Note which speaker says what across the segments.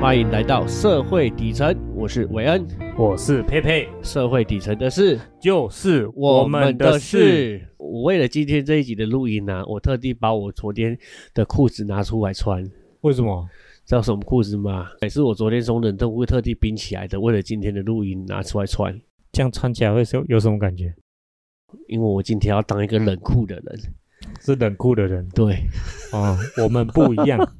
Speaker 1: 欢迎来到社会底层，我是韦恩。
Speaker 2: 我是佩佩，
Speaker 1: 社会底层的事，
Speaker 2: 就是
Speaker 1: 我们
Speaker 2: 们
Speaker 1: 的
Speaker 2: 事。
Speaker 1: 事。我为了今天这一集的录音呢、我特地把我昨天的裤子拿出来穿。
Speaker 2: 为什么？
Speaker 1: 知道什么裤子吗？也是我昨天从冷冻库特地冰起来的，为了今天的录音拿出来穿，
Speaker 2: 这样穿起来会有有什么感觉？
Speaker 1: 因为我今天要当一个冷酷的人。
Speaker 2: 是冷酷的人
Speaker 1: 对，
Speaker 2: 哦，我们不一样。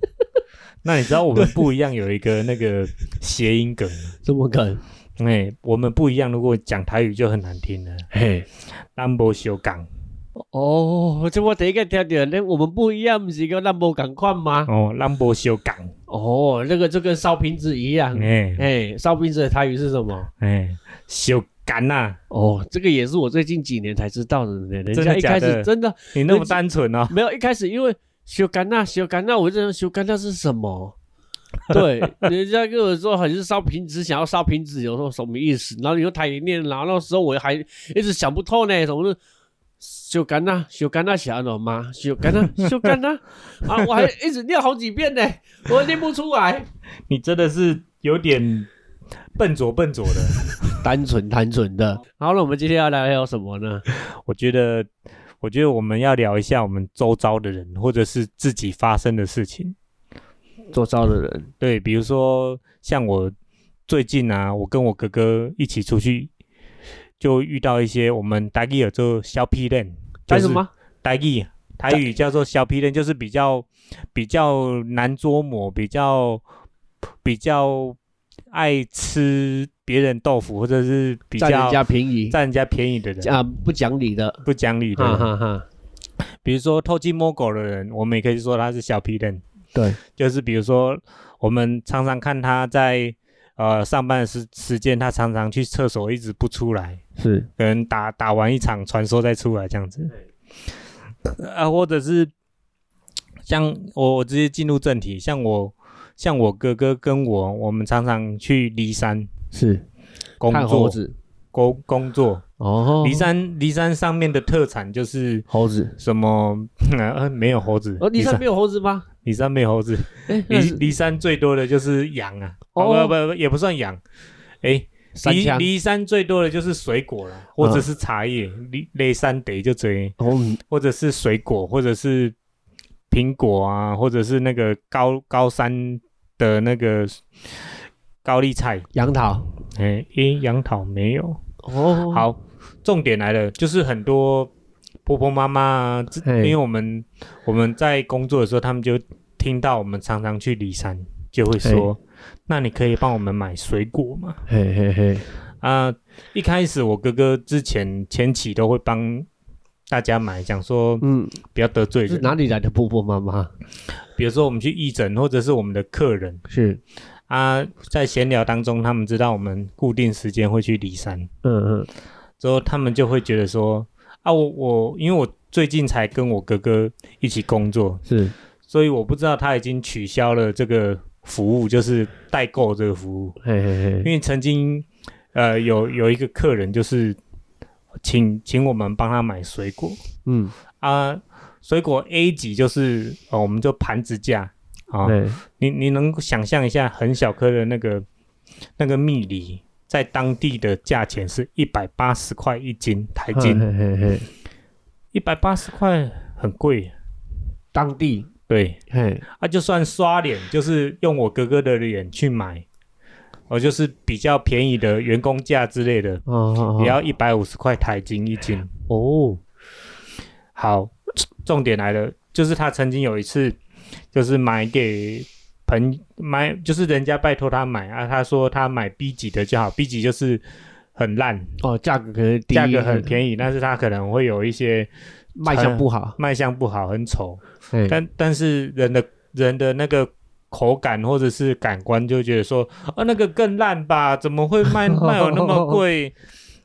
Speaker 2: 那你知道我们不一样有一个那个谐音梗？
Speaker 1: 这么梗，
Speaker 2: 哎、我们不一样，如果讲台语就很难听了。
Speaker 1: 嘿，
Speaker 2: 兰博修港
Speaker 1: 哦，这我第一个听到，那我们不一样，不是跟兰博赶快吗？
Speaker 2: 哦，兰博修港，
Speaker 1: 哦，那个就跟烧瓶子一样。
Speaker 2: 哎
Speaker 1: 哎，烧瓶子的台语是什么？
Speaker 2: 哎，修港啊呐！
Speaker 1: 哦，这个也是我最近几年才知道的呢。人
Speaker 2: 真
Speaker 1: 家
Speaker 2: 的
Speaker 1: 一
Speaker 2: 假
Speaker 1: 开
Speaker 2: 的
Speaker 1: 始真的
Speaker 2: 你那么单纯哦，
Speaker 1: 没有，一开始因为修甘纳，修甘纳，我认为修甘纳是什么？对，人家跟我说好像是烧瓶子，想要烧瓶子，有时候什么意思？然后你用台语念，然后那时候我还一直想不透呢，什么是修甘纳、修甘纳想懂吗？修甘纳、修甘纳啊，我还一直念好几遍呢，我念不出来。
Speaker 2: 你真的是有点笨拙笨拙的。
Speaker 1: 单纯单纯的。好了，我们今天要聊聊什么呢？
Speaker 2: 我觉得，我觉得我们要聊一下我们周遭的人，或者是自己发生的事情。
Speaker 1: 做招的人，
Speaker 2: 对，比如说像我最近啊，我跟我哥哥一起出去，就遇到一些我们台语有做小屁人，
Speaker 1: 干
Speaker 2: 就
Speaker 1: 什
Speaker 2: 是
Speaker 1: 么？
Speaker 2: 台语台语叫做小屁人，就是比较比较难捉摸，比较比较爱吃别人豆腐，或者是比
Speaker 1: 占人
Speaker 2: 较
Speaker 1: 家便宜
Speaker 2: 占人家便宜的人，
Speaker 1: 啊，不讲理的，
Speaker 2: 不讲理的
Speaker 1: 哈
Speaker 2: 人。
Speaker 1: 哈哈。
Speaker 2: 比如说偷鸡摸狗的人，我们也可以说他是小皮人。
Speaker 1: 对，
Speaker 2: 就是比如说我们常常看他在呃上班的时时间，他常常去厕所一直不出来，
Speaker 1: 是。
Speaker 2: 可能打打完一场传说再出来这样子。啊，或者是像我我直接进入正题，像我像我哥哥跟我，我们常常去骊山
Speaker 1: 是
Speaker 2: 工
Speaker 1: 看猴
Speaker 2: 作
Speaker 1: 子
Speaker 2: 工工作。
Speaker 1: 哦
Speaker 2: 骊山骊山上面的特产就是
Speaker 1: 猴子
Speaker 2: 什么？ 呃，没有猴子。
Speaker 1: 哦，骊山没有猴子吗？
Speaker 2: 离山没有猴子，
Speaker 1: 哎，
Speaker 2: 离
Speaker 1: 那是
Speaker 2: 离山最多的就是羊啊，
Speaker 1: 哦
Speaker 2: 哦、不不不，也不算羊，哎，
Speaker 1: 三
Speaker 2: 离
Speaker 1: 枪。嗯
Speaker 2: 离山最多的就是水果了，或者是茶叶，离离山得就追，
Speaker 1: 哦，嗯
Speaker 2: 或者是水果，或者是苹果啊，或者是那个高高山的那个高丽菜，
Speaker 1: 杨桃
Speaker 2: 哎，诶，杨桃没有，
Speaker 1: 哦，
Speaker 2: 好，重点来了，就是很多婆婆妈妈啊，这因
Speaker 1: 嘿
Speaker 2: 为我们我们在工作的时候，他们就听到我们常常去骊山，就会说：“那你可以帮我们买水果吗
Speaker 1: 嘿嘿嘿，？”
Speaker 2: 啊，一开始我哥哥之前前期都会帮大家买，讲说
Speaker 1: 嗯，
Speaker 2: 不要得罪
Speaker 1: 是
Speaker 2: 人。
Speaker 1: 哪里来的婆婆妈妈？
Speaker 2: 比如说我们去义诊，或者是我们的客人
Speaker 1: 是，
Speaker 2: 啊，在闲聊当中，他们知道我们固定时间会去骊山，
Speaker 1: 嗯嗯，
Speaker 2: 之后，他们就会觉得说啊，我我因为我最近才跟我哥哥一起工作，
Speaker 1: 是
Speaker 2: 所以我不知道他已经取消了这个服务，就是代购这个服务。
Speaker 1: 嘿嘿
Speaker 2: 因
Speaker 1: 嘿，
Speaker 2: 为曾经呃有有一个客人就是请请我们帮他买水果
Speaker 1: 嗯，
Speaker 2: 啊，水果 A 级就是哦，我们就盘子价啊，
Speaker 1: 对，
Speaker 2: 你你能想象一下很小颗的那个那个蜜梨。在当地的价钱是一百八十块一斤台斤，
Speaker 1: 嘿嘿嘿，嘿
Speaker 2: 一百八十块很贵，
Speaker 1: 当地
Speaker 2: 对
Speaker 1: 嘿，
Speaker 2: 啊，就算刷脸，就是用我哥哥的脸去买，哦，就是比较便宜的员工价之类的，
Speaker 1: 哦哦
Speaker 2: 也要一百五十块台斤一斤。
Speaker 1: 哦，
Speaker 2: 好，重点来了，就是他曾经有一次，就是买给朋买，就是人家拜托他买啊，他说他买 B 级的就好，B 级就是很烂，
Speaker 1: 哦，价格可能低，
Speaker 2: 价格很便宜，但是他可能会有一些
Speaker 1: 卖相不好，
Speaker 2: 卖相不好，很丑。
Speaker 1: 嘿，
Speaker 2: 但但是人的人的那个口感或者是感官就觉得说，啊，那个更烂吧，怎么会 卖卖有那么贵？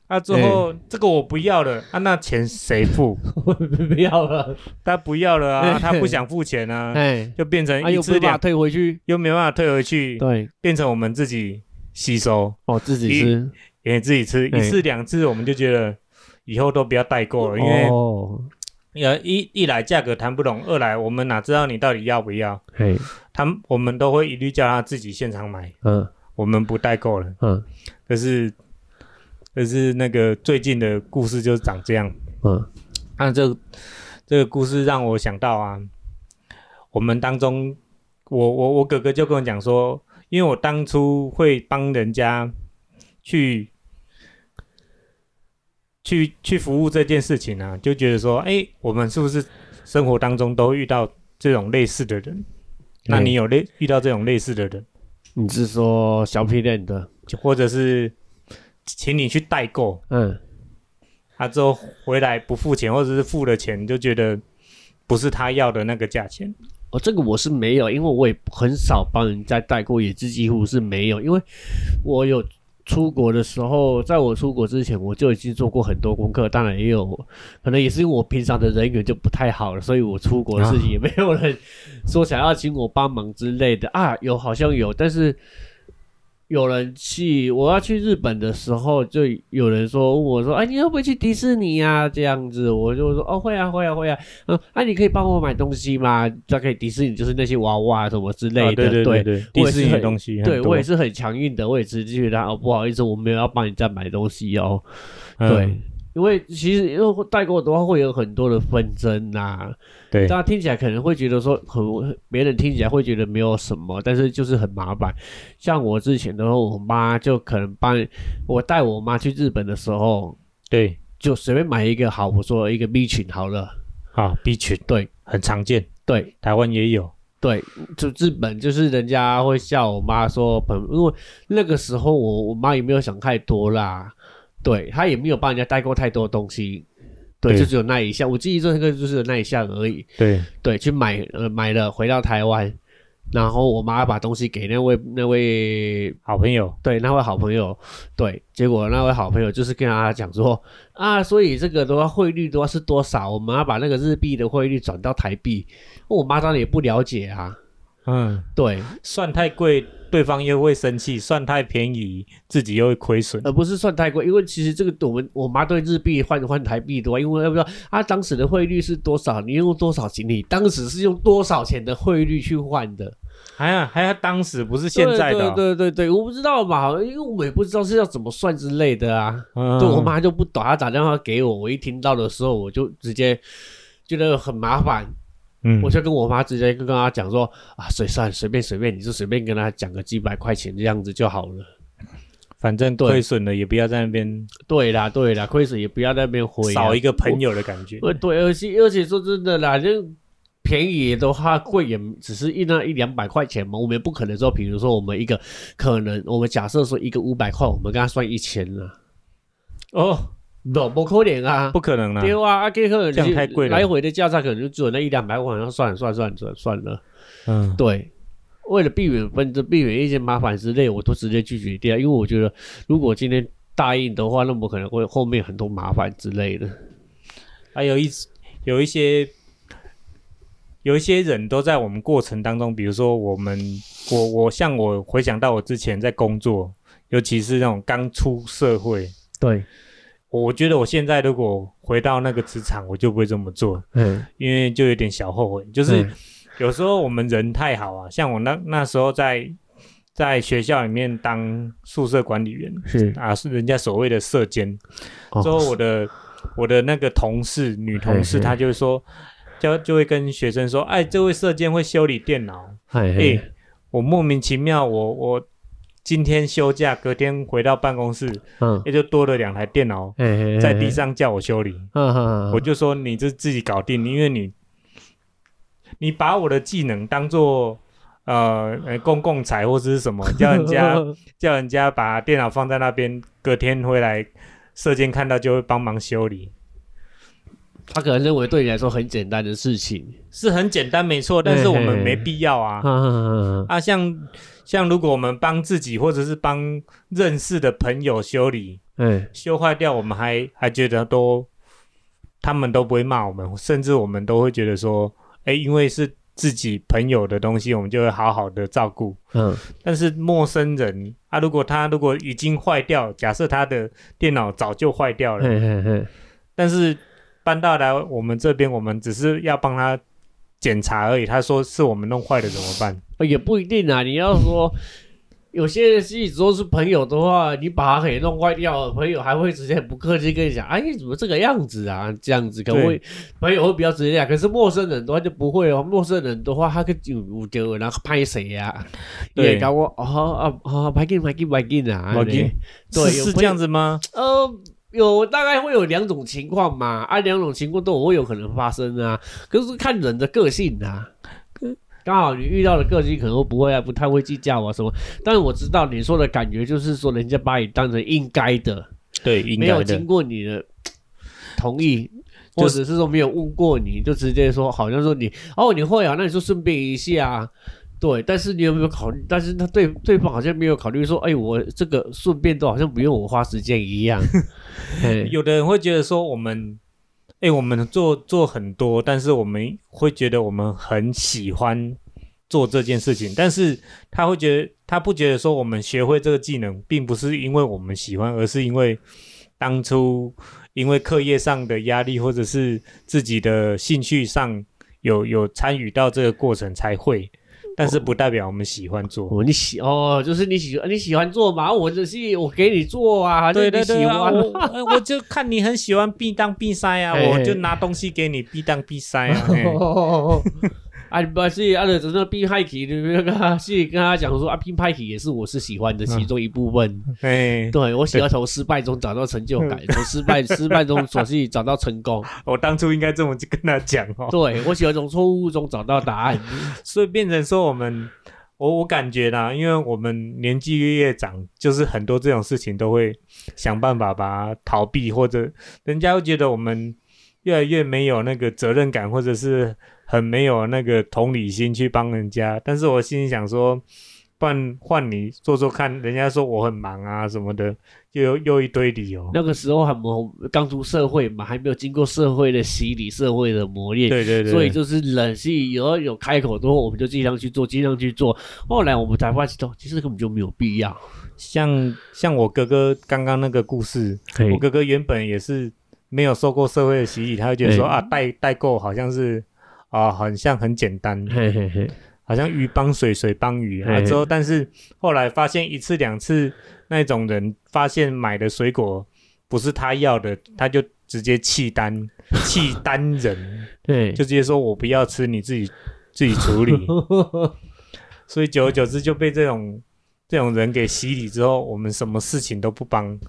Speaker 2: 啊，最后、这个我不要了，啊，那钱谁付？
Speaker 1: 不要了，
Speaker 2: 他不要了
Speaker 1: 哎
Speaker 2: 啊，他不想付钱 啊，
Speaker 1: 哎，
Speaker 2: 就变成
Speaker 1: 哎
Speaker 2: 一
Speaker 1: 又不
Speaker 2: 次
Speaker 1: 把它
Speaker 2: 两，
Speaker 1: 退回去，
Speaker 2: 又没办法退回去，
Speaker 1: 对，
Speaker 2: 变成我们自己吸收，
Speaker 1: 哦，自己
Speaker 2: 一
Speaker 1: 吃，
Speaker 2: 也自己吃，
Speaker 1: 哎
Speaker 2: 一次两次我们就觉得以后都不要代购了，因为
Speaker 1: 哦，
Speaker 2: 呃，一一来价格谈不拢，二来我们哪知道你到底要不要？
Speaker 1: 嘿，
Speaker 2: 他们我们都会一律叫他自己现场买，
Speaker 1: 嗯
Speaker 2: 我们不代购了。
Speaker 1: 嗯
Speaker 2: 可是，可是那个最近的故事就是长这样。
Speaker 1: 嗯
Speaker 2: 那、这个这个故事让我想到啊，我们当中，我我我哥哥就跟我讲说，因为我当初会帮人家去去去服务这件事情啊，就觉得说，哎，我们是不是生活当中都遇到这种类似的人？那你有类遇到这种类似的人，
Speaker 1: 你是说小皮链的？
Speaker 2: 就或者是请你去代购，
Speaker 1: 嗯，
Speaker 2: 他之后回来不付钱，或者是付了钱就觉得不是他要的那个价钱。
Speaker 1: 哦，这个我是没有，因为我也很少帮人家代购，也是几乎是没有。因为我有出国的时候，在我出国之前，我就已经做过很多功课，当然也有可能也是因为我平常的人缘就不太好了，所以我出国的事情也没有人说想要请我帮忙之类的 啊。有好像有，但是有人去我要去日本的时候，就有人说问我说：“哎，你要不要去迪士尼啊？”这样子，我就说：“哦，会啊，会啊，会啊。”嗯，啊，你可以帮我买东西吗？大概迪士尼就是那些娃娃什么之类的，
Speaker 2: 啊对
Speaker 1: 对
Speaker 2: 对对，
Speaker 1: 我
Speaker 2: 迪
Speaker 1: 也是
Speaker 2: 士尼的
Speaker 1: 很
Speaker 2: 东西很多，
Speaker 1: 对我也是很强硬的，我也直接让哦，不好意思，我没有要帮你再买东西哦。对
Speaker 2: 嗯，
Speaker 1: 因为其实因为代购的话会有很多的纷争呐、
Speaker 2: 对
Speaker 1: 大家听起来可能会觉得说很，别人听起来会觉得没有什么，但是就是很麻烦。像我之前的话，我妈就可能帮我带我妈去日本的时候，
Speaker 2: 对
Speaker 1: 就随便买一个好，我说一个 B 群好了，
Speaker 2: 啊，B 群
Speaker 1: 对
Speaker 2: 很常见，
Speaker 1: 对，
Speaker 2: 台湾也有，
Speaker 1: 对，就日本就是人家会笑我妈说朋友，因为那个时候我我妈也没有想太多啦，对她也没有帮人家代购太多东西，对，
Speaker 2: 对
Speaker 1: 就只有那一项，我记忆中那个就是有那一项而已，
Speaker 2: 对
Speaker 1: 对，去买呃买了回到台湾，然后我妈把东西给那位那位
Speaker 2: 好朋友，
Speaker 1: 对那位好朋友，对，结果那位好朋友就是跟他讲说啊，所以这个的话汇率的话是多少，我们要把那个日币的汇率转到台币，我妈当然也不了解啊。
Speaker 2: 嗯，
Speaker 1: 对，
Speaker 2: 算太贵，对方又会生气；算太便宜，自己又会亏损。
Speaker 1: 而不是算太贵，因为其实这个我们我妈对日币换换台币的话，因为要不要啊，当时的汇率是多少，你用多少钱，你当时是用多少钱的汇率去换的？
Speaker 2: 还有哎还有，当时不是现在的哦、
Speaker 1: 对对对对，我不知道嘛，因为我也不知道是要怎么算之类的啊。
Speaker 2: 嗯
Speaker 1: 对我妈就不懂，她打电话给我，我一听到的时候我就直接觉得很麻烦，
Speaker 2: 嗯
Speaker 1: 我就跟我妈直接跟她讲说啊，随算随便随便，你就随便跟她讲个几百块钱这样子就好了。
Speaker 2: 嗯反正
Speaker 1: 对
Speaker 2: 亏损了，也不要在那边
Speaker 1: 对啦对啦，亏损也不要在那边挥、啊，
Speaker 2: 少一个
Speaker 1: 友。
Speaker 2: 朋友的感觉。
Speaker 1: 呃，对，而且而且说真的啦，就便宜的话，贵也只是一那一两百块钱嘛，我们也不可能说，比如说我们一个可能，我们假设说一个五百块，我们跟他算一千了，
Speaker 2: 哦，
Speaker 1: 不不可能啊，
Speaker 2: 不可能啦，
Speaker 1: 对啊，啊，这可能
Speaker 2: 这样
Speaker 1: 就
Speaker 2: 太贵了
Speaker 1: 来回的价差可能就只有那一两百块，然后算了算了算了算了算了，
Speaker 2: 嗯，
Speaker 1: 对。为了避免纷争、避免一些麻烦之类，我都直接拒绝掉，因为我觉得如果今天答应的话，那么可能会后面很多麻烦之类的。
Speaker 2: 还有一有一些有一些人都在我们过程当中，比如说我们，我我像我回想到我之前在工作，尤其是那种刚出社会，
Speaker 1: 对，
Speaker 2: 我我觉得我现在如果回到那个职场，我就不会这么做，
Speaker 1: 嗯，
Speaker 2: 因为就有点小后悔。就是有时候我们人太好啊，像我那那时候在在学校里面当宿舍管理员
Speaker 1: 是哦
Speaker 2: 啊，是人家所谓的舍监，之后我的我的那个同事女同事，
Speaker 1: 嘿嘿
Speaker 2: 她就会说，就就会跟学生说，哎，这位射箭会修理电脑，
Speaker 1: 嘿
Speaker 2: 哎、我莫名其妙，我我今天休假，隔天回到办公室，
Speaker 1: 嗯，
Speaker 2: 也就多了两台电脑
Speaker 1: 嘿嗯哦
Speaker 2: 在地，上叫我修理，
Speaker 1: 哈哈，
Speaker 2: 我就说你这自己搞定，因为你你把我的技能当做。呃，呃公共财或者 是什么，叫人家叫人家把电脑放在那边，隔天回来射箭看到就会帮忙修理。
Speaker 1: 他可能认为对你来说很简单的事情，
Speaker 2: 是很简单，没错，但是我们没必要
Speaker 1: 嗯
Speaker 2: 啊。
Speaker 1: 哈
Speaker 2: 啊，像像如果我们帮自己或者是帮认识的朋友修理
Speaker 1: 哎，
Speaker 2: 修坏掉，我们还还觉得都他们都不会骂我们，甚至我们都会觉得说，哎，因为是自己朋友的东西，我们就会好好的照顾。
Speaker 1: 嗯，
Speaker 2: 但是陌生人啊，如果他如果已经坏掉，假设他的电脑早就坏掉了，
Speaker 1: 嘿嘿嘿，
Speaker 2: 但是搬到来我们这边，我们只是要帮他检查而已。他说是我们弄坏的，怎么办？
Speaker 1: 呃也不一定啊。你要说有些人一直都是朋友的话，你把他给弄坏掉了，朋友还会直接很不客气跟你讲：“哎，你怎么这个样子啊？”这样子可能会朋友会比较直接讲，可是陌生人的话就不会哦。陌生人的话，他跟有有然后拍谁呀？
Speaker 2: 对
Speaker 1: 也搞我哦啊啊，拍进拍进拍进啊！
Speaker 2: 拍紧
Speaker 1: 对
Speaker 2: 是
Speaker 1: 有
Speaker 2: 是
Speaker 1: 朋
Speaker 2: 这
Speaker 1: 友
Speaker 2: 样子吗？
Speaker 1: 呃，有大概会有两种情况嘛，啊，两种情况都会有可能发生啊，可是看人的个性啊。刚好你遇到的个性可能会不会啊，不太会计较啊什么，但是我知道你说的感觉就是说人家把你当成应该的，
Speaker 2: 对，应
Speaker 1: 没有经过你的同意，
Speaker 2: 就
Speaker 1: 或
Speaker 2: 是
Speaker 1: 者是说没有问过你，就直接说，好像说你哦你会啊，那你就顺便一下啊。对，但是你有没有考虑？但是他对对方好像没有考虑说，哎，我这个顺便都好像不用我花时间一 样。嘿
Speaker 2: 有的人会觉得说我们，哎、我们做做很多，但是我们会觉得我们很喜欢做这件事情，但是他会觉得他不觉得说我们学会这个技能，并不是因为我们喜欢，而是因为当初因为课业上的压力，或者是自己的兴趣上有有参与到这个过程才会，但是不代表我们喜欢做。
Speaker 1: 哦，你喜哦，就是你喜你喜欢做嘛，我只是我给你做啊，
Speaker 2: 对对
Speaker 1: 就是你
Speaker 2: 对
Speaker 1: 喜
Speaker 2: 啊，
Speaker 1: 欢
Speaker 2: 我呃我就看你很喜欢必当必塞啊，
Speaker 1: 嘿
Speaker 2: 我
Speaker 1: 嘿
Speaker 2: 就拿东西给你必当必塞啊。嘿
Speaker 1: 哦， 啊，你不是啊，就真的变派去，你那个是跟他讲说啊，拼派去也是我是喜欢的其中一部分。
Speaker 2: 哎，
Speaker 1: 对嗯我喜欢从失败中找到成就感， 从失败失败中所去找到成 功。
Speaker 2: 我当初应该这么去跟他讲哦，
Speaker 1: 对我喜欢从错误中找到答案。
Speaker 2: 所以变成说我们，我我感觉啦，因为我们年纪越越长，就是很多这种事情都会想办法把它逃避，或者人家会觉得我们越来越没有那个责任感，或者是很没有那个同理心去帮人家。但是我心里想说。不然换你做做看，人家说我很忙啊什么的，又有又一堆理由。
Speaker 1: 那个时候还没刚出社会嘛，还没有经过社会的洗礼、社会的磨练，
Speaker 2: 对对对，
Speaker 1: 所以就是冷气有有开口之后，我们就尽量去做，尽量去做。后来我们才发现，哦，其实根本就没有必要。
Speaker 2: 像像我哥哥刚刚那个故事，
Speaker 1: 可
Speaker 2: 我哥哥原本也是没有受过社会的洗礼，他会觉得说
Speaker 1: 嘿
Speaker 2: 啊，代代购好像是啊，好像很简单，
Speaker 1: 嘿嘿嘿，
Speaker 2: 好像鱼帮水，水帮鱼啊。
Speaker 1: 嘿
Speaker 2: 之后，但是后来发现一次两次那种人，发现买的水果不是他要的，他就直接弃 单，弃单人，
Speaker 1: 对，
Speaker 2: 就直接说我不要吃，你自己自己 处理。所以久而久之就被这种这种人给洗礼之后，我们什么事情都不帮。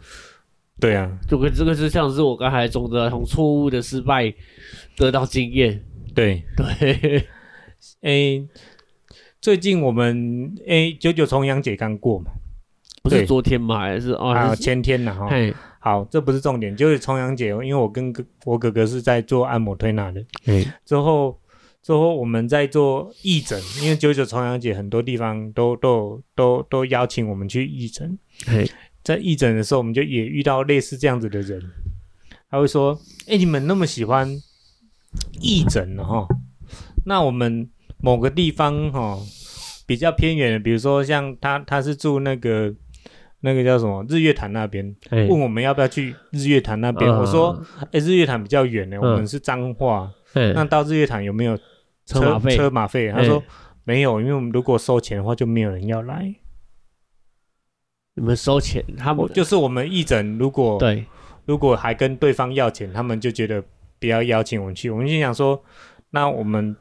Speaker 2: 对啊，
Speaker 1: 就跟这个就像是我刚才中的从错误的失败得到经验。
Speaker 2: 对，
Speaker 1: 对，
Speaker 2: 诶、最近我们诶九九重阳节刚过嘛，
Speaker 1: 不
Speaker 2: 对
Speaker 1: 是昨天嘛，还是哦，
Speaker 2: 啊
Speaker 1: 还是哦
Speaker 2: 前天呐哈。
Speaker 1: 嘿，
Speaker 2: 好，这不是重点，就是重阳节，因为我跟哥我哥哥是在做按摩推拿的，
Speaker 1: 嘿，
Speaker 2: 之后之后我们在做义诊，因为九九重阳节很多地方都都有都都邀请我们去义诊，
Speaker 1: 嘿，
Speaker 2: 在义诊的时候，我们就也遇到类似这样子的人，他会说：“哎、你们那么喜欢义诊哦，吼那我们某个地方哈、哦、比较偏远的，比如说像他他是住那个那个叫什么日月潭那边，
Speaker 1: 嘿
Speaker 2: 问我们要不要去日月潭那边。我说：哎、日月潭比较远呢，
Speaker 1: 嗯
Speaker 2: 我们是彰化，
Speaker 1: 嗯
Speaker 2: 那到日月潭有没有
Speaker 1: 车马费
Speaker 2: 车马费？他说、
Speaker 1: 嗯
Speaker 2: 没有，因为我们如果收钱的话，就没有人要来。
Speaker 1: 你们收钱，他们
Speaker 2: 我就是哦我们义诊如果
Speaker 1: 对，
Speaker 2: 如果还跟对方要钱，他们就觉得不要邀请我们去。我们心想说，那我们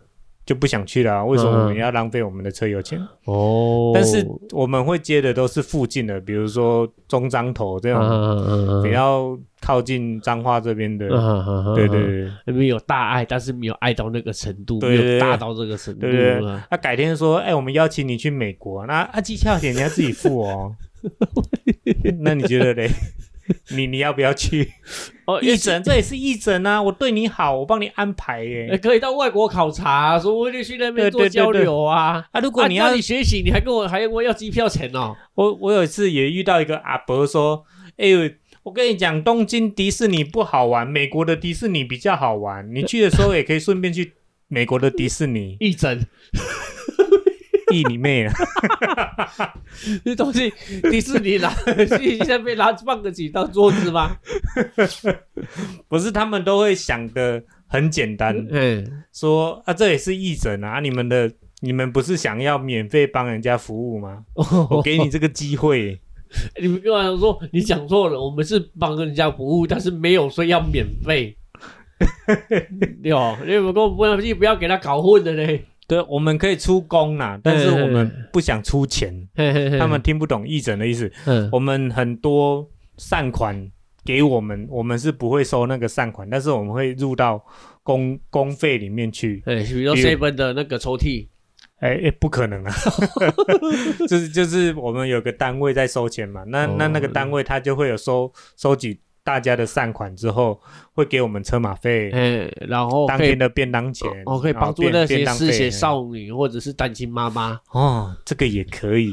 Speaker 2: 就不想去了啊、为什么我们要浪费我们的车油钱？
Speaker 1: 哦
Speaker 2: 但是我们会接的都是附近的，比如说中彰头这
Speaker 1: 嗯
Speaker 2: 种、
Speaker 1: 嗯嗯
Speaker 2: 比较靠近彰化这边的。
Speaker 1: 嗯
Speaker 2: 对对对，
Speaker 1: 对，没有大爱，但是没有爱到那个程度，没
Speaker 2: 对对
Speaker 1: 有大到这个程度
Speaker 2: 对对对
Speaker 1: 啊。
Speaker 2: 他、改天说，哎、我们邀请你去美国，那啊，机票钱你要自己付 哦。那你觉得嘞？你你要不要去
Speaker 1: 哦，
Speaker 2: 义
Speaker 1: 一
Speaker 2: 诊？这也是义诊啊，我对你好，我帮你安排耶、
Speaker 1: 哎可以到外国考察啊，说我就去那边
Speaker 2: 对对对
Speaker 1: 做交流啊。
Speaker 2: 啊，如
Speaker 1: 如
Speaker 2: 果你要、
Speaker 1: 你学习，你还跟我还跟我要机票钱哦。
Speaker 2: 我我有一次也遇到一个阿伯说：“哎、呦，我跟你讲，东京迪士尼不好玩，美国的迪士尼比较好
Speaker 1: 。
Speaker 2: 玩。你去的时候也可以顺便去美国的迪士尼
Speaker 1: 一整，”
Speaker 2: 意你妹啊！
Speaker 1: 这东西迪士尼拿 去现在被拿放得起当桌子吗？
Speaker 2: 不是他们都会想的很简单，
Speaker 1: 嗯，
Speaker 2: 说啊这也是义诊啊，啊你们的你们不是想要免费帮人家服务吗？
Speaker 1: 哦
Speaker 2: 我给你这个机会，
Speaker 1: 你们跟我说你讲错了，我们是帮人家服务，但是没有说要免 费。对哦，你们跟我不要不要给他搞混了呢。
Speaker 2: 对，我们可以出工啦，但是我们不想出钱，
Speaker 1: 嘿嘿嘿
Speaker 2: 他们听不懂义诊的意思。
Speaker 1: 嗯
Speaker 2: 我们很多善款给我们，我们是不会收那个善款，但是我们会入到公公费里面去。
Speaker 1: 哎，比如说
Speaker 2: 比
Speaker 1: seven 的那个抽屉，
Speaker 2: 哎、哎、不可 能啊！就是就是我们有个单位在收钱嘛，那、
Speaker 1: 哦
Speaker 2: 那那个单位他就会有收收集大家的善款之后，会给我们车马费、
Speaker 1: 哎，然后
Speaker 2: 当
Speaker 1: 可以
Speaker 2: 天的便当钱，
Speaker 1: 哦，可以
Speaker 2: 然后
Speaker 1: 帮助
Speaker 2: 便
Speaker 1: 那些
Speaker 2: 便当
Speaker 1: 嗜血
Speaker 2: 费哎
Speaker 1: 少女或者是单亲妈 妈。
Speaker 2: 哦，这个也可以。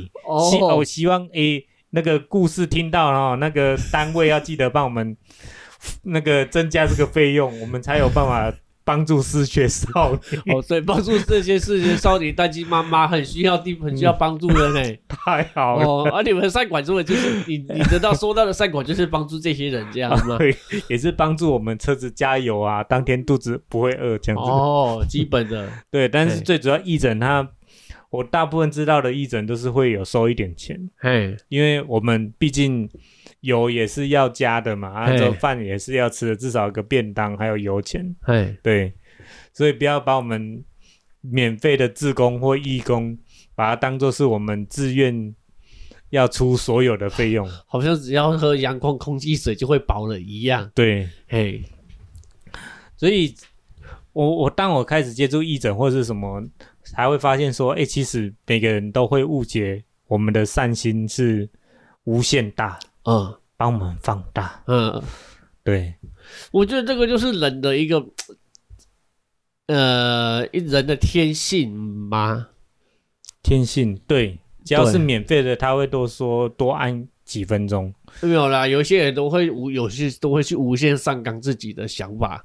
Speaker 2: 希、我
Speaker 1: 哦，
Speaker 2: 希望诶、那个故事听到了哦，那个单位要记得帮我们 那个增加这个费用，我们才有办法帮助失学少女。
Speaker 1: 哦，所以帮助这些事情，少女单亲妈妈很需要地，很需要帮助的呢。
Speaker 2: 太嗯好了，
Speaker 1: 哦，而、你们的善款是不是就是你你得到收到的善款就是帮助这些人这样吗？
Speaker 2: 对，也是帮助我们车子加油啊，当天肚子不会饿这样子。
Speaker 1: 哦，基本的，
Speaker 2: 对，但是
Speaker 1: 对
Speaker 2: 最主要义诊他，我大部分知道的义诊都是会有收一点钱，
Speaker 1: 嘿，
Speaker 2: 因为我们毕竟油也是要加的嘛，啊，
Speaker 1: 嘿
Speaker 2: 这种饭也是要吃的，至少有个便当还有油钱。
Speaker 1: 嘿，
Speaker 2: 对，所以不要把我们免费的志工或义工，把它当做是我们自愿要出所有的费用。
Speaker 1: 好像只要喝阳光、空气、水就会饱了一样。
Speaker 2: 对，
Speaker 1: 嘿，
Speaker 2: 所以我我当我开始接触义诊或是什么，才会发现说，哎，其实每个人都会误解我们的善心是无限大，
Speaker 1: 嗯
Speaker 2: 帮我们放大。
Speaker 1: 嗯，
Speaker 2: 对，
Speaker 1: 我觉得这个就是人的一个，呃，一人的天性吗？
Speaker 2: 天性对，只要
Speaker 1: 对
Speaker 2: 是免费的，他会多说多按几分钟。
Speaker 1: 没有啦，有些人都会无，有些都会去无限上纲自己的想法。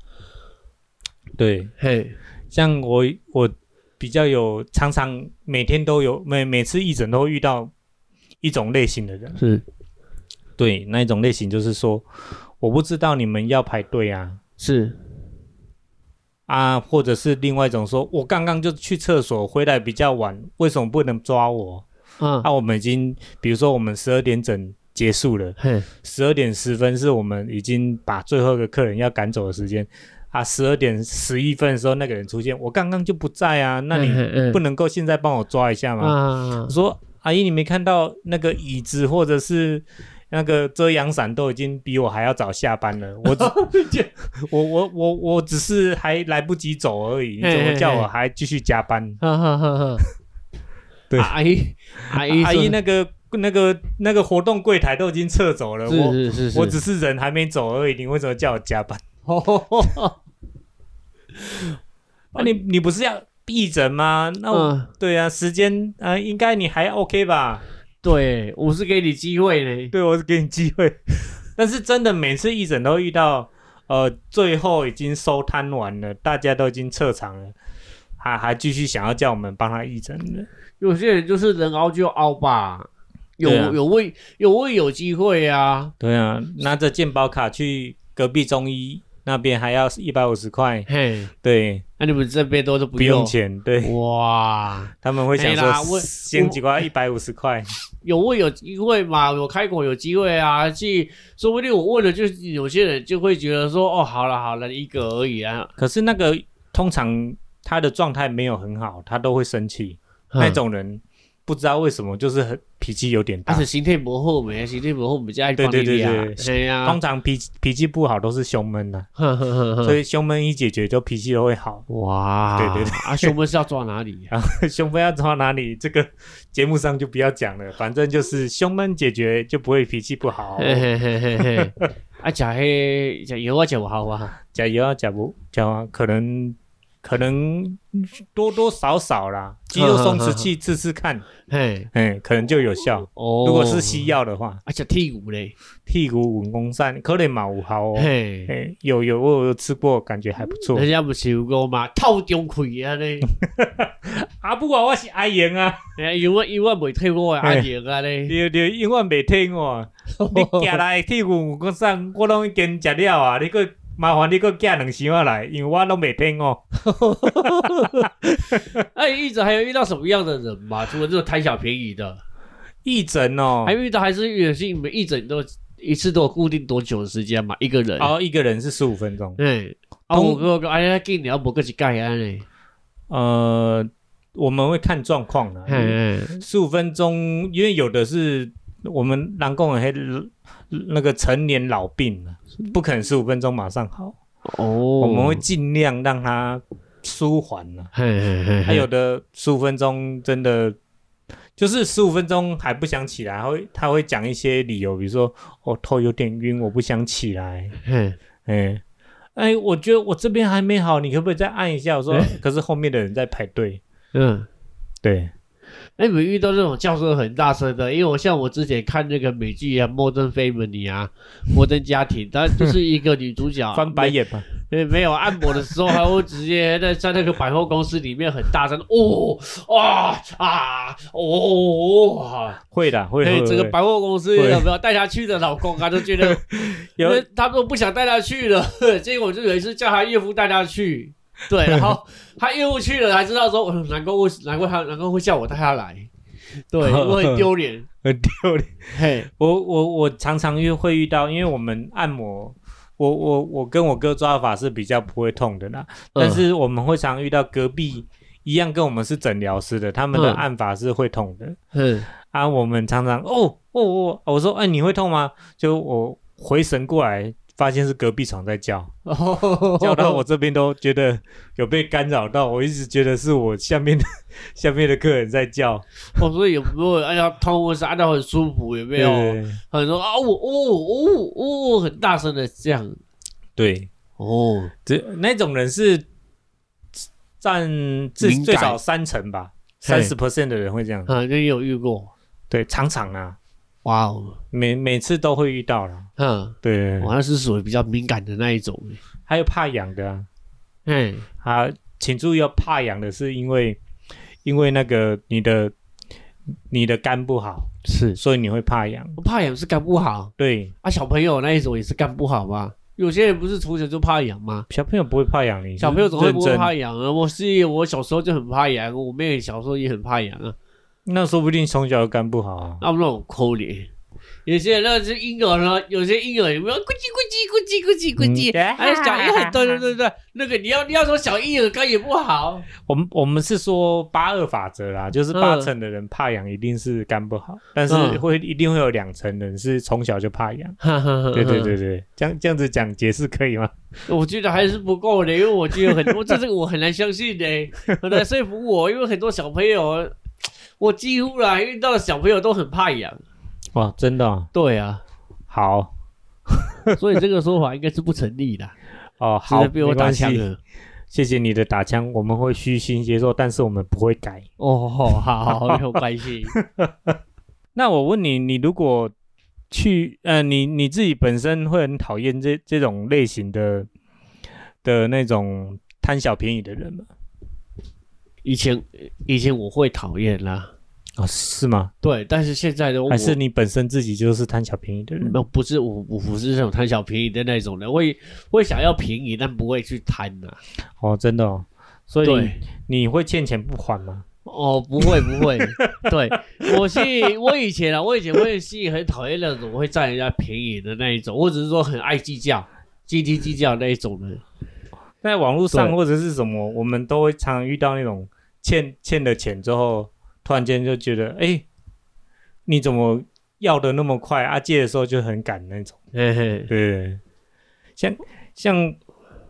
Speaker 2: 对，
Speaker 1: 嘿，
Speaker 2: 像我我比较有常常每天都有每每次义诊都会遇到一种类型的人，
Speaker 1: 是
Speaker 2: 对，那一种类型就是说，我不知道你们要排队啊
Speaker 1: 是，
Speaker 2: 啊，或者是另外一种说，我刚刚就去厕所回来比较晚，为什么不能抓我？
Speaker 1: 嗯，
Speaker 2: 啊，我们已经比如说我们十二点整结束了，
Speaker 1: 嘿，
Speaker 2: 十二点十分是我们已经把最后一个客人要赶走的时间。啊，十二点十一分的时候，那个人出现，我刚刚就不在啊，那你
Speaker 1: 你
Speaker 2: 不能够现在帮我抓一下吗？
Speaker 1: 啊
Speaker 2: 我？说阿姨，你没看到那个椅子或者是那个遮阳伞都已经比我还要早下班了，我 只我我我我只是还来不及走而已，你怎
Speaker 1: 嘿
Speaker 2: 么
Speaker 1: 嘿
Speaker 2: 叫我
Speaker 1: 嘿
Speaker 2: 还继续加班？
Speaker 1: 哈哈哈哈！
Speaker 2: 对
Speaker 1: 啊阿姨，阿姨
Speaker 2: 啊
Speaker 1: 说，
Speaker 2: 阿姨那个那个那个活动柜台都已经撤走了，我
Speaker 1: 是是是是，
Speaker 2: 我只是人还没走而已，你为什么叫我 加班？
Speaker 1: 哦
Speaker 2: 那、啊你你不是要闭诊吗？那我、
Speaker 1: 嗯，
Speaker 2: 对啊，时间啊、呃应该你还 OK 吧？
Speaker 1: 对，我是给你机会呢。
Speaker 2: 对，我是给你机会。 但是真的每次义诊都遇到，呃，最后已经收摊完了，大家都已经撤场了，还还继续想要叫我们帮他义诊的。
Speaker 1: 有些人就是能熬就熬吧，有
Speaker 2: 对啊
Speaker 1: 有位有位有机会啊。
Speaker 2: 对啊，拿着健保卡去隔壁中医那边还要一百五十块，
Speaker 1: 嘿，
Speaker 2: 对，
Speaker 1: 那你们这边都是
Speaker 2: 不
Speaker 1: 不用
Speaker 2: 用钱，对
Speaker 1: 哇，
Speaker 2: 他们会想
Speaker 1: 没啦我
Speaker 2: 说先几块一百五十块，
Speaker 1: 有问有机会嘛，有开口有机会啊，去说不定我问了，就是有些人就会觉得说，哦，好了好了，一个而已啊，
Speaker 2: 可是那个通常他的状态没有很好，他都会生气，
Speaker 1: 嗯
Speaker 2: 那种人不知道为什么就是很脾气有点大
Speaker 1: 而。且心态模糊没，心态模糊比较爱
Speaker 2: 对
Speaker 1: 帮
Speaker 2: 对
Speaker 1: 你
Speaker 2: 对
Speaker 1: 俩
Speaker 2: 对，
Speaker 1: 啊嘿啊呀，
Speaker 2: 通常脾脾气不好都是胸闷呐、
Speaker 1: 呵呵呵呵。
Speaker 2: 所以胸闷一解决，就脾气都会好
Speaker 1: 哇，
Speaker 2: 对对
Speaker 1: 对，啊，胸闷是要抓哪里？啊
Speaker 2: 然后胸闷要抓哪里，这个节目上就不要讲了，反正就是胸闷解决就不会脾气不好。哦
Speaker 1: 嘿嘿嘿嘿 嘿，啊，食迄食药啊，食有效啊，
Speaker 2: 加油啊，假不假啊，可能可能多多少少啦，肌肉松弛剂试试 看，
Speaker 1: 嘿，
Speaker 2: 哎，可能就有效。
Speaker 1: 哦，啊
Speaker 2: 如果是西，药的话，
Speaker 1: 而且剔骨嘞，
Speaker 2: 屁股五公散，可能嘛有效哦。
Speaker 1: 嘿，
Speaker 2: 哎，有有我有吃过，感觉还不错
Speaker 1: 人。家不是有讲嘛，透中气啊 嘞，
Speaker 2: 啊，不过我是阿英啊，
Speaker 1: 哎，有我有我未退我的阿爷啊嘞，
Speaker 2: 对对，永远袂听我。你寄来的屁股五公散，我拢已经食了啊，你个。麻烦你搁寄两箱仔来，因为我拢袂听哦。
Speaker 1: 哎，一直还有遇到什么样的人嘛？除了这种贪小便宜的，
Speaker 2: 义诊哦，
Speaker 1: 还遇到还是有些你们一整都一次都有固定多久的时间嘛？一个人，
Speaker 2: 哦，一个人是十五分钟。
Speaker 1: 哎，啊，
Speaker 2: 通
Speaker 1: 我跟我讲，哎呀，给你要不个去啊盖安嘞，
Speaker 2: 呃，我们会看状况
Speaker 1: 嘿
Speaker 2: 的，
Speaker 1: 嘿，
Speaker 2: 十五分钟，因为有的是我们南宫还那个成年老病了，不可能十五分钟马上好，
Speaker 1: 哦，
Speaker 2: 我们会尽量让他舒缓了。
Speaker 1: 嘿，嘿嘿嘿，
Speaker 2: 还有的十五分钟真的。就是十五分钟还不想起来，他会他会讲一些理由，比如说我、哦、头有点晕，我不想起来，
Speaker 1: 嘿，
Speaker 2: 哎哎，我觉得我这边还没好，你可不可以再按一下？我说，可是后面的人在排队，
Speaker 1: 嗯。
Speaker 2: 对，
Speaker 1: 哎，你们遇到这种叫声很大声的，因为我像我之前看那个美剧啊，《摩登 Family》啊，《摩登家庭》，它就是一个女主角
Speaker 2: 翻白眼吧。
Speaker 1: 没没有按摩的时候，还会直接在在那个百货公司里面很大声哦啊啊哦哦哦啊！
Speaker 2: 会的，会
Speaker 1: 哎
Speaker 2: 会，
Speaker 1: 整个
Speaker 2: 会
Speaker 1: 百货公司
Speaker 2: 会
Speaker 1: 有没有带她去的老公啊，都觉得因
Speaker 2: 有
Speaker 1: 为他们不想带她去了， 结果我就有一次叫她岳父带她去，对，然 后她岳父去了才知道说，呃难怪会难怪他难怪会叫我带她来， 对，因为很丢脸，
Speaker 2: 很丢脸。
Speaker 1: 嘿，
Speaker 2: 我我我常常遇会遇到，因为我们按摩，我我我跟我哥抓法是比较不会痛的啦，但是我们会常遇到隔壁一样跟我们是诊疗师的，他们的
Speaker 1: 嗯
Speaker 2: 按法是会痛的。
Speaker 1: 嗯
Speaker 2: 啊，我们常常哦哦哦，我说哎你会痛吗？就我回神过来。发现是隔壁床在叫，
Speaker 1: 哦
Speaker 2: 叫到我这边都觉得有被干扰到，我一直觉得是我下面的 下面的客人在叫，
Speaker 1: 我说有没有按照通或是按照很舒服有没有？
Speaker 2: 对
Speaker 1: 很多啊，我哦哦哦，很大声的这样
Speaker 2: 对，
Speaker 1: 哦，
Speaker 2: 这那种人是占至
Speaker 1: 敏感
Speaker 2: 最少三成吧，
Speaker 1: 嘿
Speaker 2: 三十 percent 的人会这样。
Speaker 1: 啊，你有遇过？
Speaker 2: 对，常常啊，
Speaker 1: 哇哦，
Speaker 2: 每每次都会遇到啦。
Speaker 1: 嗯，
Speaker 2: 对，
Speaker 1: 我那是属于比较敏感的那一种，
Speaker 2: 还有怕痒的啊，
Speaker 1: 哎，
Speaker 2: 啊，请注意哦，怕痒的是因为因为那个你的你的肝不好，
Speaker 1: 是
Speaker 2: 所以你会怕痒。
Speaker 1: 怕痒是干不好
Speaker 2: 对，
Speaker 1: 啊，小朋友那一种也是干不好嘛。有些人不是从小就怕痒吗？
Speaker 2: 小朋友不会怕痒，你
Speaker 1: 小朋友怎么会不会
Speaker 2: 认真
Speaker 1: 怕痒啊？我是我小时候就很怕痒，我妹小时候也很怕痒啊。
Speaker 2: 那说不定从小就肝不好啊。
Speaker 1: 那我们那种抠脸，有些人那是婴儿呢，有些婴儿有没有咕叽咕叽咕叽咕叽咕叽，
Speaker 2: 嗯
Speaker 1: 还有小婴儿，对对对对，那个你要你要说小婴儿肝也不好，
Speaker 2: 我们我们是说八二法则啦，就是
Speaker 1: 嗯
Speaker 2: 八成的人怕痒一定是肝不好，但是
Speaker 1: 嗯
Speaker 2: 会一定会有两成人是从小就怕痒。 对
Speaker 1: 对
Speaker 2: 对对对，这样这样子讲解释可以吗？
Speaker 1: 我觉得还是不够的，因为我觉得很多，这是我很难相信 的，很难说服我，因为很多小朋友，我几乎啦遇到的小朋友都很怕痒。
Speaker 2: 哇，真的哦、
Speaker 1: 对啊，
Speaker 2: 好
Speaker 1: 所以这个说法应该是不成立 的，
Speaker 2: 哦，
Speaker 1: 真
Speaker 2: 好，
Speaker 1: 的被我
Speaker 2: 没
Speaker 1: 打
Speaker 2: 关系
Speaker 1: 枪了。
Speaker 2: 谢谢你的打枪，我们会虚心接受，但是我们不会改。
Speaker 1: 哦，好好好，没有关 系。
Speaker 2: 那我问你，你如果去呃，你你自己本身会很讨厌这这种类型的的那种贪小便宜的人吗？
Speaker 1: 以前以前我会讨厌啦，
Speaker 2: 哦，是吗？
Speaker 1: 对，但是现在的我
Speaker 2: 还是你本身自己就是贪小便宜的人？
Speaker 1: 没有不是我我不是那种贪小便宜的那种人，会会想要便宜，但不会去贪呐、
Speaker 2: 哦，真的哦，所以
Speaker 1: 对，
Speaker 2: 你会欠钱不还吗？
Speaker 1: 哦，不会不 会，对我是我以前啊，我以前会是很讨厌那种会占人家便宜的那一种，或者是说很爱计较、斤斤计较那一种人。
Speaker 2: 在网络上
Speaker 1: 对
Speaker 2: 或者是什么，我们都会常常遇到那种欠欠了钱之后，突然间就觉得，哎，你怎么要的那么快啊？借的时候就很赶那种。
Speaker 1: 嘿嘿，
Speaker 2: 对，像像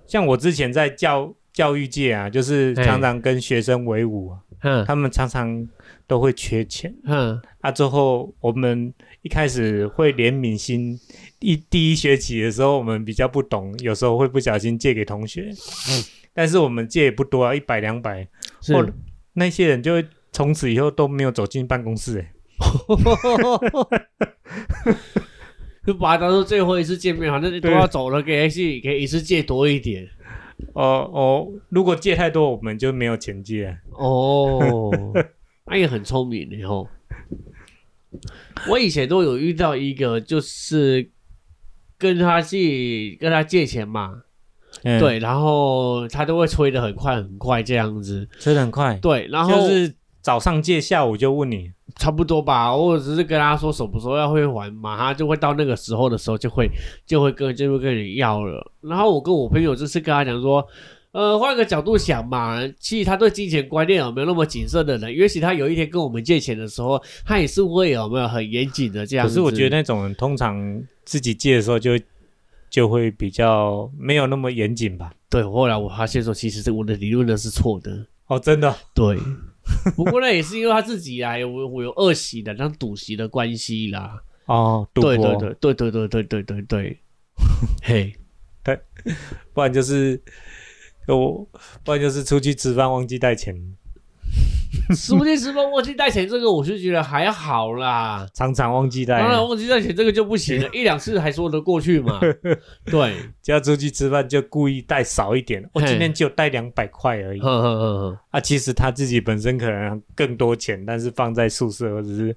Speaker 2: 像我之前在教教育界啊，就是
Speaker 1: 哎
Speaker 2: 常常跟学生为伍啊，
Speaker 1: 哼
Speaker 2: 他们常常都会缺钱
Speaker 1: 哼，
Speaker 2: 啊。之后我们一开始会怜悯心，
Speaker 1: 嗯
Speaker 2: 一第一学期的时候我们比较不懂，有时候会不小心借给同学。但是我们借也不多啊，一百两百，
Speaker 1: 是
Speaker 2: 后那些人就会从此以后都没有走进办公室、欸。
Speaker 1: 就把它当做最后一次见面，反正都要走了，给自己给一次借多一点。
Speaker 2: 哦哦，如果借太多，我们就没有钱借、啊。
Speaker 1: 哦， 那也很聪明的吼。我以前都有遇到一个，就是跟他去跟他借钱嘛，
Speaker 2: 嗯，
Speaker 1: 对，然后他都会催的很快很快这样子，
Speaker 2: 催得很快，
Speaker 1: 对，然后
Speaker 2: 就是早上借，下午就问你。
Speaker 1: 差不多吧，我只是跟他说什么时候要会还嘛，他就会到那个时候的时候就会就会跟就会跟你要了。然后我跟我朋友就是跟他讲说，呃，换个角度想嘛，其实他对金钱观念有没有那么谨慎的人，也许他有一天跟我们借钱的时候，他也是会有没有很严谨的这样
Speaker 2: 可
Speaker 1: 子。
Speaker 2: 是我觉得那种人通常自己借的时候就就会比较没有那么严谨吧。
Speaker 1: 对，后来我发现说，其实这我的理论呢是错 的。
Speaker 2: 哦，真的，
Speaker 1: 对，不过那也是因为他自己啊，有我有恶习的，那赌习的关系啦。
Speaker 2: 哦，赌博，
Speaker 1: 对对对对对对对对对 对，嘿。
Speaker 2: 不然就是我，不然就是出去吃饭忘记带钱，
Speaker 1: 十五天十分忘记带钱，这个我是觉得还好啦。
Speaker 2: 常常忘记带啊
Speaker 1: 当，然忘记带钱这个就不行了，一两次还说得过去嘛。对，
Speaker 2: 就要出去吃饭就故意带少一点。我
Speaker 1: 嘿
Speaker 2: 今天就带两百块而已
Speaker 1: 呵呵呵呵，
Speaker 2: 啊！其实他自己本身可能更多钱，但是放在宿舍或者是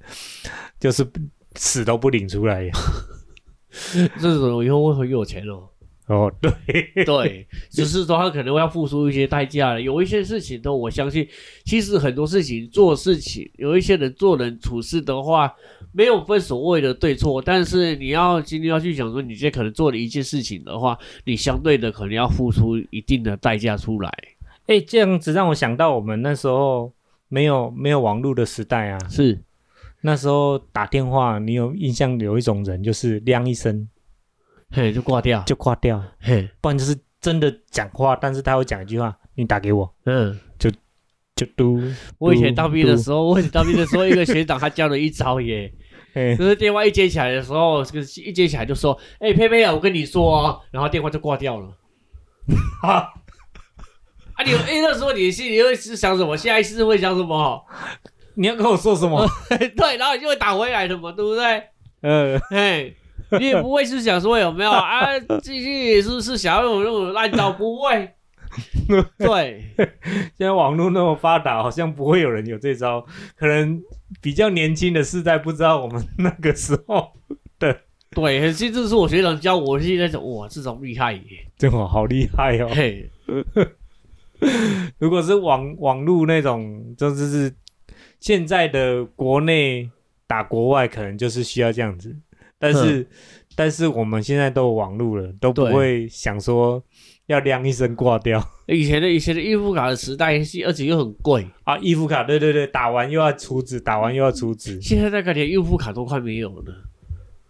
Speaker 2: 就是死都不领出来。
Speaker 1: 这种以后会很有钱哦。
Speaker 2: 哦，对，
Speaker 1: 对，只是说他可能会要付出一些代价了。有一些事情呢，我相信，其实很多事情做事情，有一些人做人处事的话，没有分所谓的对错，但是你要今天要去想说，你这可能做了一件事情的话，你相对的可能要付出一定的代价出来。
Speaker 2: 哎，这样子让我想到我们那时候没有没有网络的时代啊，
Speaker 1: 是
Speaker 2: 那时候打电话，你有印象有一种人就是亮一声
Speaker 1: 嘿，就挂掉。
Speaker 2: 就挂掉。
Speaker 1: 嘿，
Speaker 2: 不然就是真的讲话，但是他会讲一句话：“你打给我。
Speaker 1: 嗯，”
Speaker 2: 就嘟，
Speaker 1: 我以前当兵的时候，我以前当兵的时候，一个学长他教了一招耶，
Speaker 2: 哎，
Speaker 1: 就是电话一接起来的时候，这个一接起来就说：“哎、佩佩啊，我跟你说哦。”然后电话就挂掉了。 啊啊！你哎、那时候你的心里会是想什么？下意识会想什么？
Speaker 2: 你要跟我说什 么？
Speaker 1: 对，然后你就会打回来的嘛，对不对？
Speaker 2: 呃，
Speaker 1: 嘿，你也不会是想说有没有啊？继续是不是想要用那种烂招？不 会。对，
Speaker 2: 现在网络那么发达，好像不会有人有这招。可能比较年轻的世代不知道我们那个时候，
Speaker 1: 对，其实这是我学长教我，我现在想，哇，这种厉害耶！
Speaker 2: 真的好厉害哦！
Speaker 1: 嘿，
Speaker 2: 如果是网网络那种，就是是现在的国内打国外，可能就是需要这样子。但是，但是我们现在都有网络了，都不
Speaker 1: 对
Speaker 2: 会想说要亮一声挂掉。
Speaker 1: 以前的以前的预付卡的时代，是而且又很贵，
Speaker 2: 啊，衣服卡，对对对，打完又要储值，打完又要储值。
Speaker 1: 现在大概连预付卡都快没有了。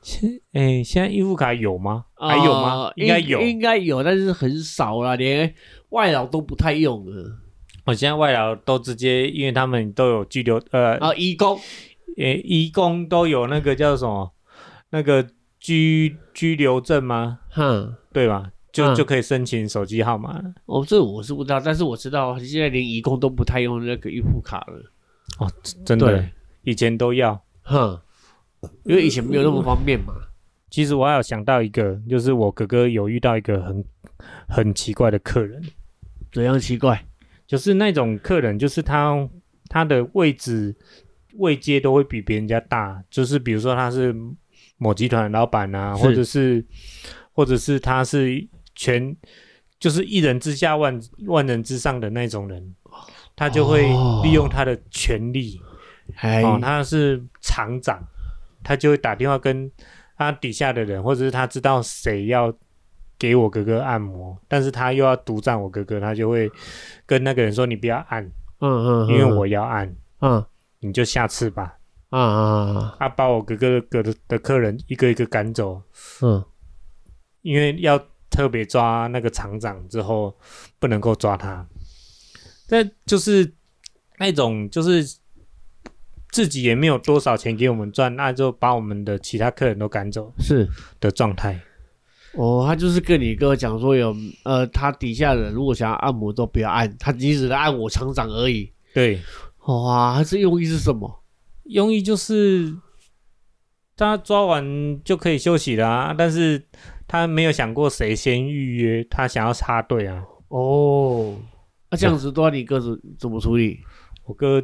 Speaker 2: 现 哎，现在衣服卡有吗？还有吗
Speaker 1: 呃？
Speaker 2: 应该有。
Speaker 1: 应该有，但是很少啦，连外劳都不太用了。
Speaker 2: 我哦现在外劳都直接，因为他们都有拘留，呃，
Speaker 1: 啊，义工，
Speaker 2: 呃，义工都有那个叫什么，那个居居留证吗？
Speaker 1: 哼，
Speaker 2: 对吧？就
Speaker 1: 嗯
Speaker 2: 就可以申请手机号码了。
Speaker 1: 哦，这我是不知道，但是我知道现在连义工都不太用那个预付卡了。
Speaker 2: 真的
Speaker 1: 对，
Speaker 2: 以前都要。
Speaker 1: 哼，因为以前没有那么方便嘛。
Speaker 2: 嗯其实我还有想到一个，就是我哥哥有遇到一个很很奇怪的客人，
Speaker 1: 怎样奇怪？
Speaker 2: 就是那种客人，就是他他的位置位阶都会比别人家大，就是比如说他是某集团的老板啊，
Speaker 1: 是
Speaker 2: 或者是或者是他是全就是一人之下万万人之上的那种人，他就会
Speaker 1: 哦
Speaker 2: 利用他的权利
Speaker 1: 哎
Speaker 2: 哦他是厂长，他就会打电话跟他底下的人，或者是他知道谁要给我哥哥按摩，但是他又要独占我哥哥，他就会跟那个人说：“你不要按，
Speaker 1: 嗯嗯，嗯
Speaker 2: 因为我要按，
Speaker 1: 嗯
Speaker 2: 你就下次吧。
Speaker 1: 啊啊”
Speaker 2: 他把我哥哥的的的客人一个一个赶走，
Speaker 1: 嗯，
Speaker 2: 因为要特别抓那个厂长之后，不能够抓他。但就是那种就是自己也没有多少钱给我们赚，那就把我们的其他客人都赶走
Speaker 1: 是
Speaker 2: 的状态。
Speaker 1: 哦，他就是跟你跟我讲说有呃，他底下的人如果想要按摩都不要按，他只是来按我厂长而已。
Speaker 2: 对，
Speaker 1: 哦哇、他这用意是什么？
Speaker 2: 用意就是他抓完就可以休息啦、但是他没有想过谁先预约，他想要插队啊。
Speaker 1: 哦，那、这样子的话，你哥怎怎么处理？
Speaker 2: 我哥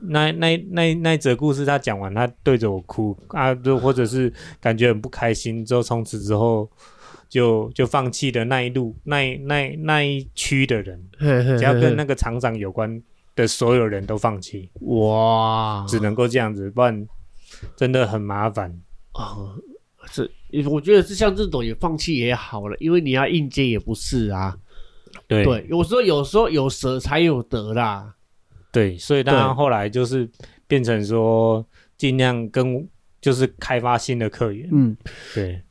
Speaker 2: 那那那那一则故事他讲完，他对着我哭啊，就或者是感觉很不开心，之后从此之后就就放弃了那一路那一那一那一区的人，
Speaker 1: 只
Speaker 2: 只要跟那个厂长有关的所有人都放弃，
Speaker 1: 哇，
Speaker 2: 只能够这样子，不然真的很麻烦。
Speaker 1: 啊，这我觉得是像这种也放弃也好了，因为你要应接也不是啊。
Speaker 2: 对
Speaker 1: 对，有时候有时候有舍才有得啦。
Speaker 2: 对，所以当然后来就是变成说，尽量跟就是开发新的客源。
Speaker 1: 嗯，
Speaker 2: 对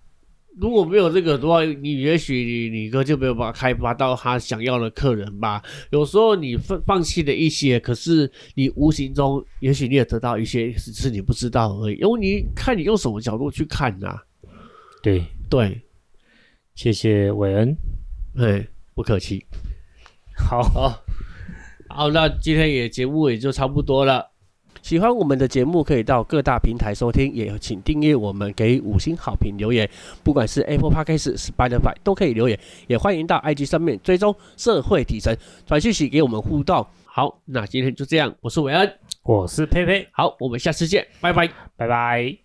Speaker 1: 如果没有这个的话，你也许你你哥就没有办法开发到他想要的客人吧。有时候你放放弃了一些，可是你无形中也许你也得到一些，只是你不知道而已。因为你看你用什么角度去看呐、
Speaker 2: 对，
Speaker 1: 对，
Speaker 2: 谢谢韦恩。
Speaker 1: 哎，不客气。
Speaker 2: 好，
Speaker 1: 好，好，那今天也节目也就差不多了。
Speaker 3: 喜欢我们的节目，可以到各大平台收听，也请订阅我们，给予五星好评留言。不管是 Apple Podcast、Spotify 都可以留言，也欢迎到 IG 上面追踪社会底层，传讯息给我们互动。
Speaker 1: 好，那今天就这样，我是韦恩，
Speaker 2: 我是佩佩，
Speaker 1: 好，我们下次见，拜拜。
Speaker 2: 拜拜。